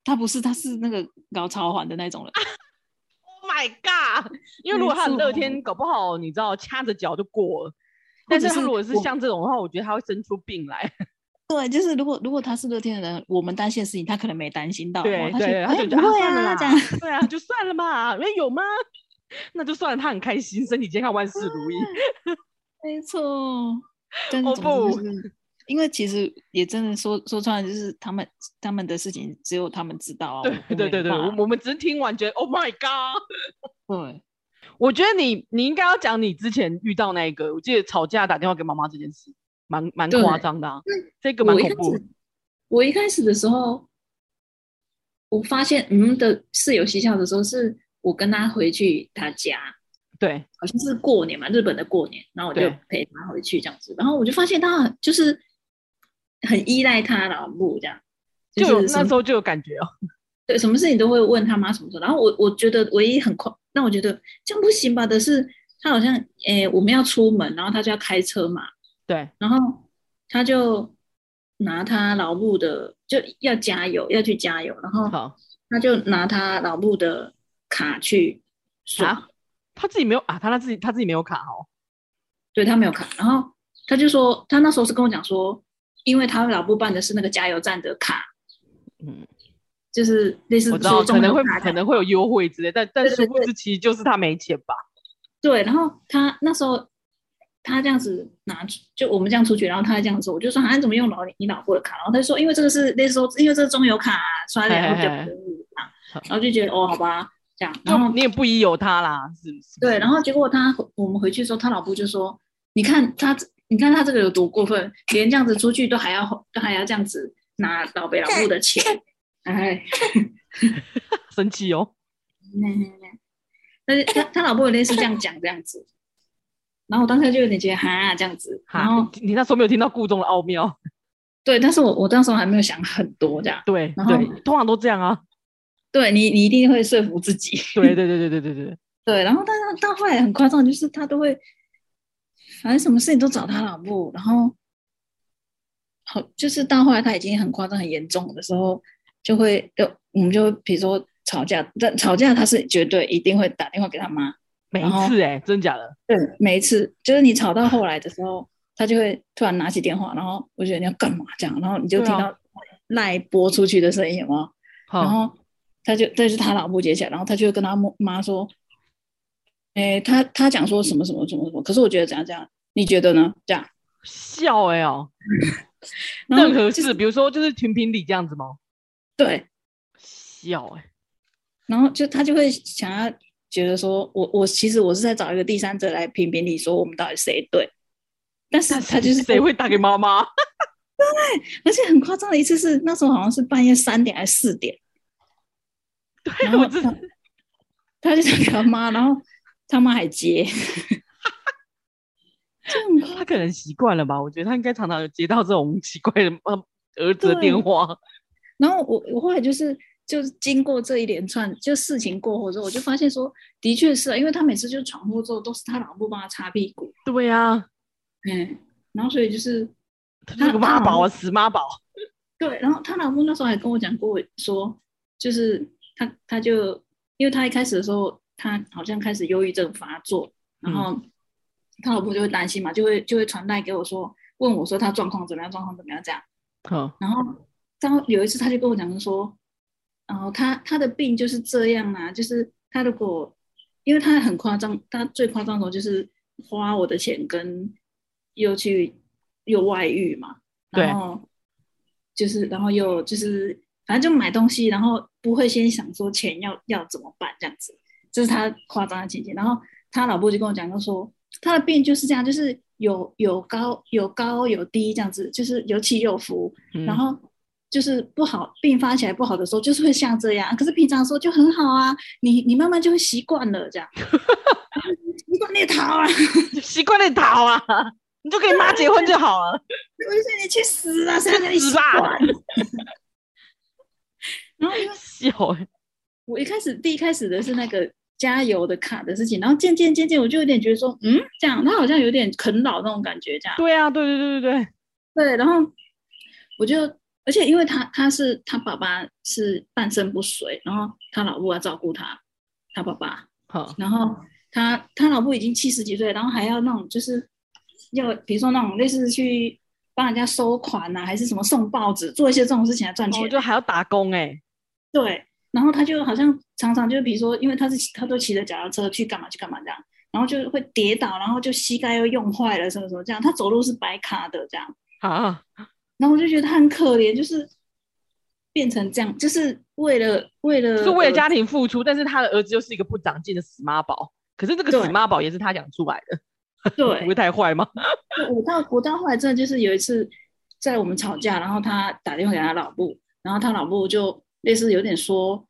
他不是，他是那个搞超环的那种人。 Oh my god！因为如没果他很错乐天，搞不好你知道掐着脚就过了。但者是他是如果是我像这种的话，我觉得他会生出病来。对，就是如果如果他是乐天的人，我们担心的事情他可能没担心到，对他对，觉他哎就觉不得、会啊、算了啊啦这样。，对啊，就算了嘛，没有吗？ 那就算了，他很开心，身体健康，万事如意。 没错，但是哦总不之就是因为其实也真的说说穿了，就是他们他们的事情只有他们知道啊。我对对对对，我我没办法我们只是听完觉得 Oh my god！对我觉得你你应该要讲你之前遇到那一个，我记得吵架打电话给妈妈这件事，蛮蛮对夸张的、啊，这个蛮我一开恐始怖。我一开始的时候，我发现嗯的室友嬉笑的时候，是我跟他回去他家，对，好像是过年嘛，日本的过年，然后我就对陪他回去这样子，然后我就发现他很就是很依赖他老母这样，就有是什那么时候就有感觉哦。对什么事情都会问他妈什么时候，然后我我觉得唯一很恐让我觉得这样不行吧的是，他好像诶我们要出门，然后他就要开车嘛，对，然后他就拿他老母的就要加油要去加油，然后好，他就拿他老母的卡去刷，啊他自己没有啊，他他自己他自己没有卡哦。对他没有卡，然后他就说他那时候是跟我讲说，因为他老部办的是那个加油站的卡，嗯，就是类似我知道中可能油会卡这可样能会有优惠之类，但但对对殊不知其实就是他没钱吧？对，然后他那时候他这样子拿出，就我们这样出去，然后他这样子，我就说啊，你怎么用老你老婆的卡？然后他就说，因为这个是那时候，因为这是中油卡、啊、刷嘿嘿两个比较嘿便宜啊，然后就觉得哦，好吧，这样，然就后你也不疑有他啦，是不是？对，然后结果他回我们回去的时候，他老婆就说：“你看他这，你看他这个有多过分，连这样子出去都还要都还要这样子拿老北老布的钱。” 哎，生气哦。那那那，但是他他老婆有类似这样讲这样子，然后我当时就有点觉得哈这样子，然哈后，你你那时候没有听到故中的奥妙？对，但是我我当时还没有想很多这样，对然后对，通常都这样啊。对你你一定会说服自己，对对对对对对对，对，然后但是到后来很夸张，就是他都会，反正什么事情都找他老婆，然后好，就是到后来他已经很夸张、很严重的时候，就会就我们就会比如说吵架，但吵架他是绝对一定会打电话给他妈，每一然后次哎，真假的？对，每一次就是你吵到后来的时候，他就会突然拿起电话，然后我觉得你要干嘛这样，然后你就对听啊到赖播出去的声音有没有？然好，后他就，这是他老婆接起来，然后他就跟他妈妈说，诶，他他讲说什么什么什么什么，可是我觉得怎样怎样，你觉得呢？这样，笑哎哦，然后任何就是事，比如说就是群评理这样子吗？对，笑哎，然后就他就会想要觉得说，我我其实我是在找一个第三者来评评理，说我们到底谁对，但是他就是谁会打给妈妈？ 而且很夸张的一次是，那时候好像是半夜三点还是四点，然后我知他他就打给他妈，然后他妈还接，就很夸他可能习惯了吧？我觉得他应该常常有接到这种奇怪的呃儿子的对电话。然后我我后来就是就是经过这一连串就事情过后之后，我就发现说，的确是、啊，因为他每次就闯祸之后，都是他老婆帮他擦屁股，对呀，嗯，然后所以就是他是个妈宝啊，死妈宝。对，然后他老公那时候还跟我讲过说，就是他他就因为他一开始的时候，他好像开始忧郁症发作，然后他老婆就会担心嘛，就会就会传代给我说，问我说他状况怎么样，状况怎么样这样。哼，然后到有一次他就跟我讲说，然后他他的病就是这样啊，就是他如果因为他很夸张，他最夸张的时候就是花我的钱跟又去又外遇嘛，对然后就是然后又就是反正就买东西，然后不会先想说钱要要怎么办这样子，这是他夸张的情节。然后他老婆就跟我讲，就说他的病就是这样，就是有有高有高有低这样子，就是有起有伏，嗯然后就是不好并发起来不好的时候，就是会像这样。可是平常的时候就很好啊，你你慢慢就会习惯了 这样。习惯你逃啊！就习惯了逃啊， 你就跟你妈结婚就好了。我就说你去死啊！谁要跟你去习死吧 惯？然后因为笑啊哎，我一开始第一开始的是那个加油的卡的事情，然后渐渐渐渐我就有点觉得说，嗯，这样他好像有点啃老那种感觉，这样对啊，对对对对对，对，然后我就，而且因为他他是他爸爸是半身不遂，然后他老婆要照顾他，他爸爸，哼，然后他他老婆已经七十几岁，然后还要那种就是要比如说那种类似去帮人家收款呐、还是什么送报纸，做一些这种事情来赚钱我，哦就还要打工哎，对，然后他就好像常常就是，比如说，因为他是他都骑着脚踏车去干嘛去干嘛这样，然后就会跌倒，然后就膝盖又用坏了什么什么这样，他走路是白卡的这样，啊，然后我就觉得他很可怜，就是变成这样，就是为了为了是为了家庭，庭付出，但是他的儿子又是一个不长进的死妈宝。可是这个对死妈宝也是他养出来的，不呃对会，太坏吗？ 就我到我到后来真的就是有一次在我们吵架，然后他打电话给他老婆，然后他老婆就类似有点说，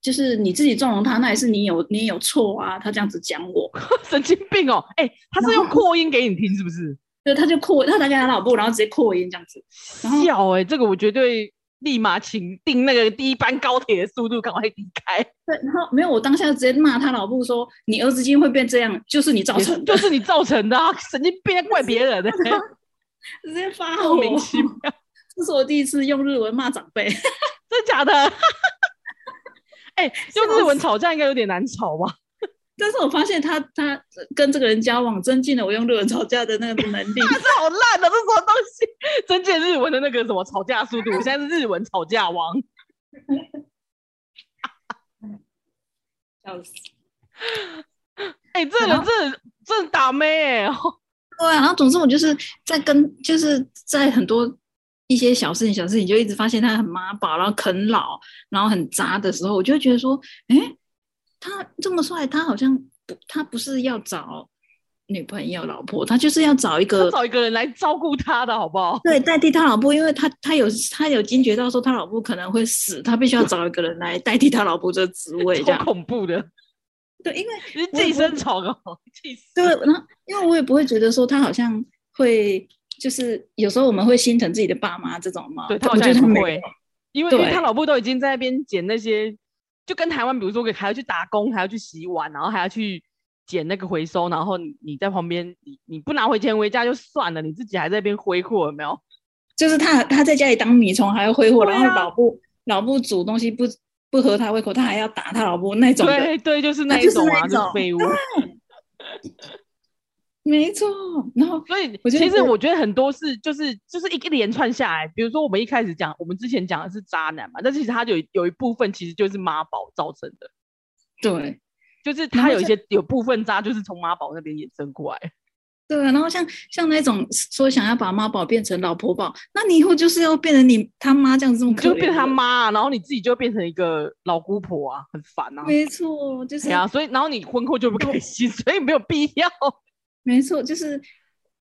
就是你自己纵容他，那也是你有你有错啊。他这样子讲我，神经病哦！哎、他是用扩音给你听是不是？对，他就扩，他打给他老婆，然后直接扩音这样子。然后笑哎、这个我绝对立马请订那个第一班高铁的速度，赶快离开。对，然后没有，我当下直接骂他老婆说：“你儿子今天会变这样，就是你造也是成的就。是你造成的啊！神经病，怪 别人、欸，”直接发莫火，名其妙， 这是我第一次用日文骂长辈。真假的？ 哎、用日文吵架应该有点难吵吧？但是我发现他他跟这个人交往，增进了我用日文吵架的那个能 力。这好烂的、这什么东西？真见日文的那个什么吵 架速度，我现在是日文吵架王。笑死哎、这人然这这打妹哎、对啊，然后总之我就是在跟就是在很多一些小事情、小事情，就一直发现他很妈宝，然后啃老，然后很渣的时候，我就会觉得说，诶，他这么帅，他好像不，他不是要找女朋友、老婆，他就是要找一他个找一个人来照顾他的好不好？对代替他老婆，因为他他有他有惊觉到说他老婆可能会死，他必须要找一个人来代替他老婆这个职位，这超样恐怖的， 对，因为就是我也寄不生虫哦， 气死！对，然后因为我也不会觉得说他好像会，就是有时候我们会心疼自己的爸妈这种嘛。对他好我觉得像也他不没会有，因为因为对他老婆都已经在那边捡那些，就跟台湾比如说还要去打工，还要去洗碗，然后还要去捡那个回收，然后你你在旁边，你你不拿回钱回家就算了，你自己还在那边挥霍，有没有？就是他他在家里当米虫还要挥霍，对然啊后老布老布煮东西不不合他胃口，他还要打他老布那种的，对对，就是他那一就是种那啊，一就是种废物。没错。然后所以我觉得其实是我觉得很多事就是就是一一连串下来，比如说我们一开始讲，我们之前讲的是渣男嘛，但其实他有有一部分其实就是妈宝造成的，对就是然他后有一就些有部分渣就是从妈宝那边衍生过来。对，啊然后像像那种说想要把妈宝变成老婆宝，那你以后就是要变成你他妈这样子这么你可怜就的，变成他妈、啊，然后你自己就变成一个老姑婆啊，很烦啊。没错，就是对啊，所以然后你婚后就不开心， 所以没有必要。没错，就是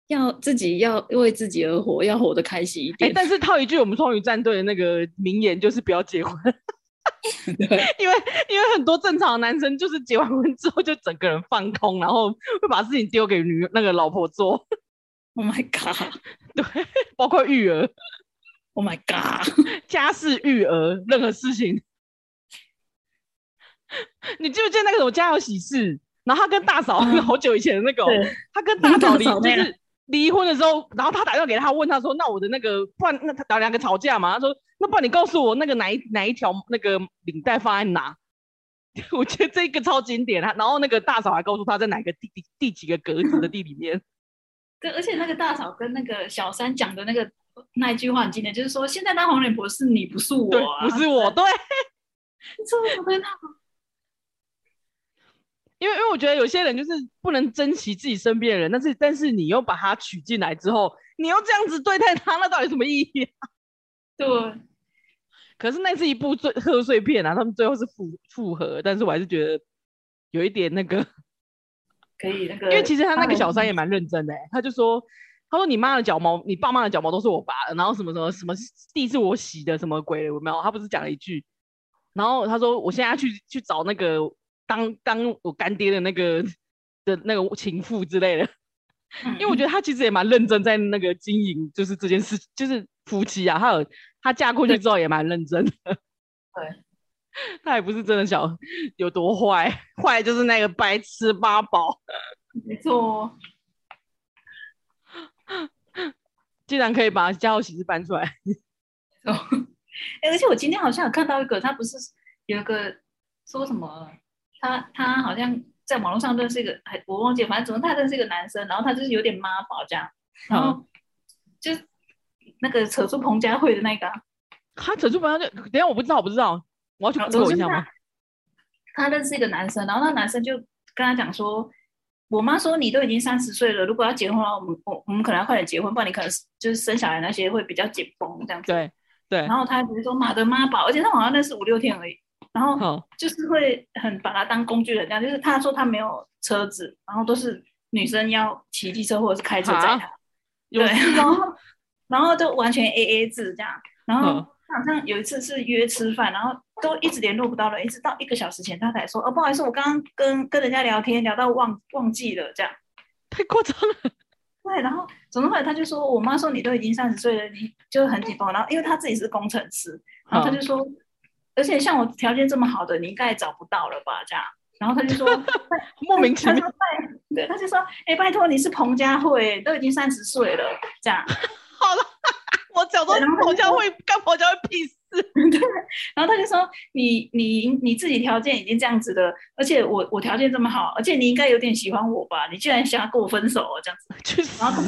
要自己要为自己而活，要活得开心一哎、点。但是套一句我们双鱼战队的那个名言，就是不要结婚， 对因为因为很多正常的男生就是结完婚之后就整个人放空，然后会把事情丢给女那个老婆做， ，Oh my god，Oh 对，包括育儿、Oh my god，家事、育儿任何事情。 你记不记得那个什么家有喜事？然后他跟大嫂、 嗯好久以前的那个哦、对，他跟然大后嫂大离嫂啊就那是离婚的时候，然后他打电话给他，问他说：“那我的那个，不然那他打两个吵架嘛？”他说：“那不然你告诉我那个哪一哪一条那个领带放在哪？” 我觉得这个超经典。啊他然后那个大嫂还告诉他在哪个第第第几个格子的地里面。对，而且那个大嫂跟那个小三讲的那个那一句话很经典，就是说现在当黄脸婆是你，不是我对，啊、不 是我，对，没错，我跟他因为因为我觉得有些人就是不能珍惜自己身边的人，但是但是你又把他娶进来之后，你又这样子对待他，那 到底什么意义啊、对，可是那是一部最贺岁片啊，他们最后是复复合，但是我还是觉得有一点那个，可以那个，因为其实他那个们小三也蛮认真的欸、他就说，他说你妈的脚毛，你爸妈的脚毛都是我拔的，然后什么什么什么地是我洗的，什么鬼的有没有？他不是讲了一句，然后他说我现在要去去找那个当当我干爹的那个的那个情妇之类的，嗯因为我觉得他其实也蛮认真在那个经营，就是这件事，就是夫妻啊，他有他嫁过去之后也蛮认真的。 对，他也不是真的想有 多坏，坏就是那个白痴八宝，没错，哦竟然可以把家有喜事搬出来。没错。哎、而且我今天好像有看到一个，他不是有一个说什么，他他好像在网络上认识一个，还我忘记了，反正总之他认识一个男生，然后他就是有点妈宝这样， 然嗯后就那个扯出彭佳慧的那个啊、他整出本上就，等一下我不知道，我不知道，我要去然后 Google 总一之下吗他？他认识一个男生，然后那男生就跟他讲说：“我妈说你都已经三十岁了，如果要结婚的话，我们我我们可能要快点结婚，不然你可能就是生小孩那些会比较紧绷这样子。”对对然，后他比如说妈的妈宝，而且他好像认识五六天而已，然后好，就是会很把他当工具人这样，就是他说他没有车子，然后都是女生要骑机车或者是开车载他啊，有 对，然后然后就完全 A A 制这样，然后好好像有一次是约吃饭，然后都一直联络不到人，一直到一个小时前他才说，哦，不好意思，我刚刚跟跟人家聊天聊到忘忘记了这样。太夸张了。对，然后总之后来他就说，我妈说你都已经三十岁了，你就很紧绷。然后因为他自己是工程师，然后嗯他就说，而且像我条件这么好的，你应该也找不到了吧？这样，然后他就说 莫名其妙他说拜，对，他就说，哎、拜托你是彭佳慧，都已经三十岁了，这样。好了，我讲说对然后他就彭佳说慧干彭佳慧屁事。然后他就说：“你你你自己条件已经这样子的，而且我我条件这么好，而且你应该有点喜欢我吧？你居然想要跟我分手、哦、这样子去死！然后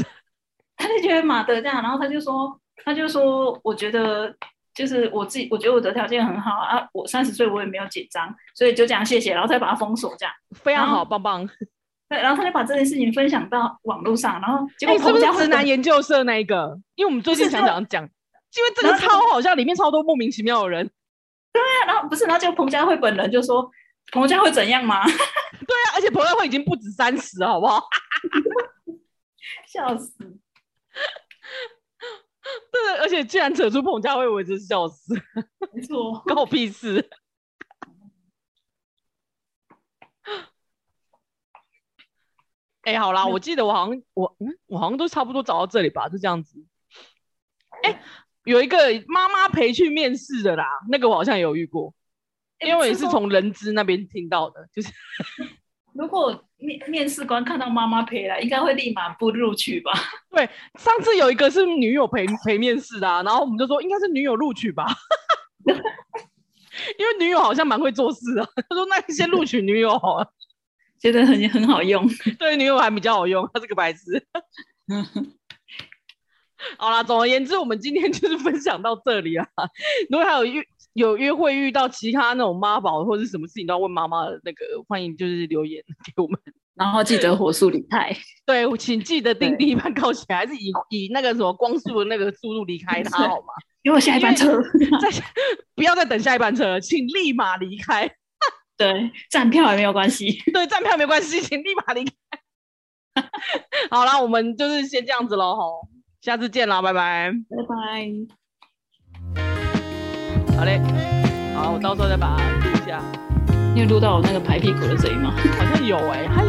他就觉得马德这样，然后他就说，他就说，我觉得就是我自己，我觉得我的条件很好啊，我三十岁我也没有紧张，所以就讲谢谢，然后再把他封锁这样。非常然后好，棒棒。对，然后他就把这件事情分享到网络上，然后结哎、果你是不彭是佳慧直男研究社那一个？因为我们最近不是想就想讲，因为这个然后超好笑，里面超多莫名其妙的人。然后不是，然后结果彭佳慧本人就说，彭佳慧怎样吗？对啊，而且彭佳慧已经不止三十，好不好？ 笑死！对，而且居然扯出彭佳慧，我真是笑 死，没错，关我屁事。哎、好啦，我记得我好像我嗯，我好像都差不多找到这里吧，就这样子。哎、有一个妈妈陪去面试的啦，那个我好像有遇过，因为我也是说从人资那边听到的，就是如果面面试官看到妈妈陪来，应该会立马不录取吧？ 上次有一个是女友陪陪面试的、啊，然后我们就说应该是女友录取吧， 因为女友好像蛮会做事的。 他说那你先录取女友好了，觉得很很好用。对女友还比较好用，他是个白痴。 好啦，总而言之，我们今天就是分享到这里啊。如果还有遇有约会遇到其他那种妈宝或者什么事情都要问妈妈的那个，欢迎就是留言给我们。 然后记得火速离开。对，请记得定对第一班高铁，还是以以那个什么光速的那个速度离开他对好吗？因为下一班车，在 不要再等下一班车了，请立马离开。 对，站票也没有关系。对，站票没关系，请立马离开。 好啦，我们就是先这样子喽，吼，下次见啦，拜拜。 拜拜。好嘞，好，我到时候再把它录一下，你有录到我那个排屁股的声音吗？好像有哎、还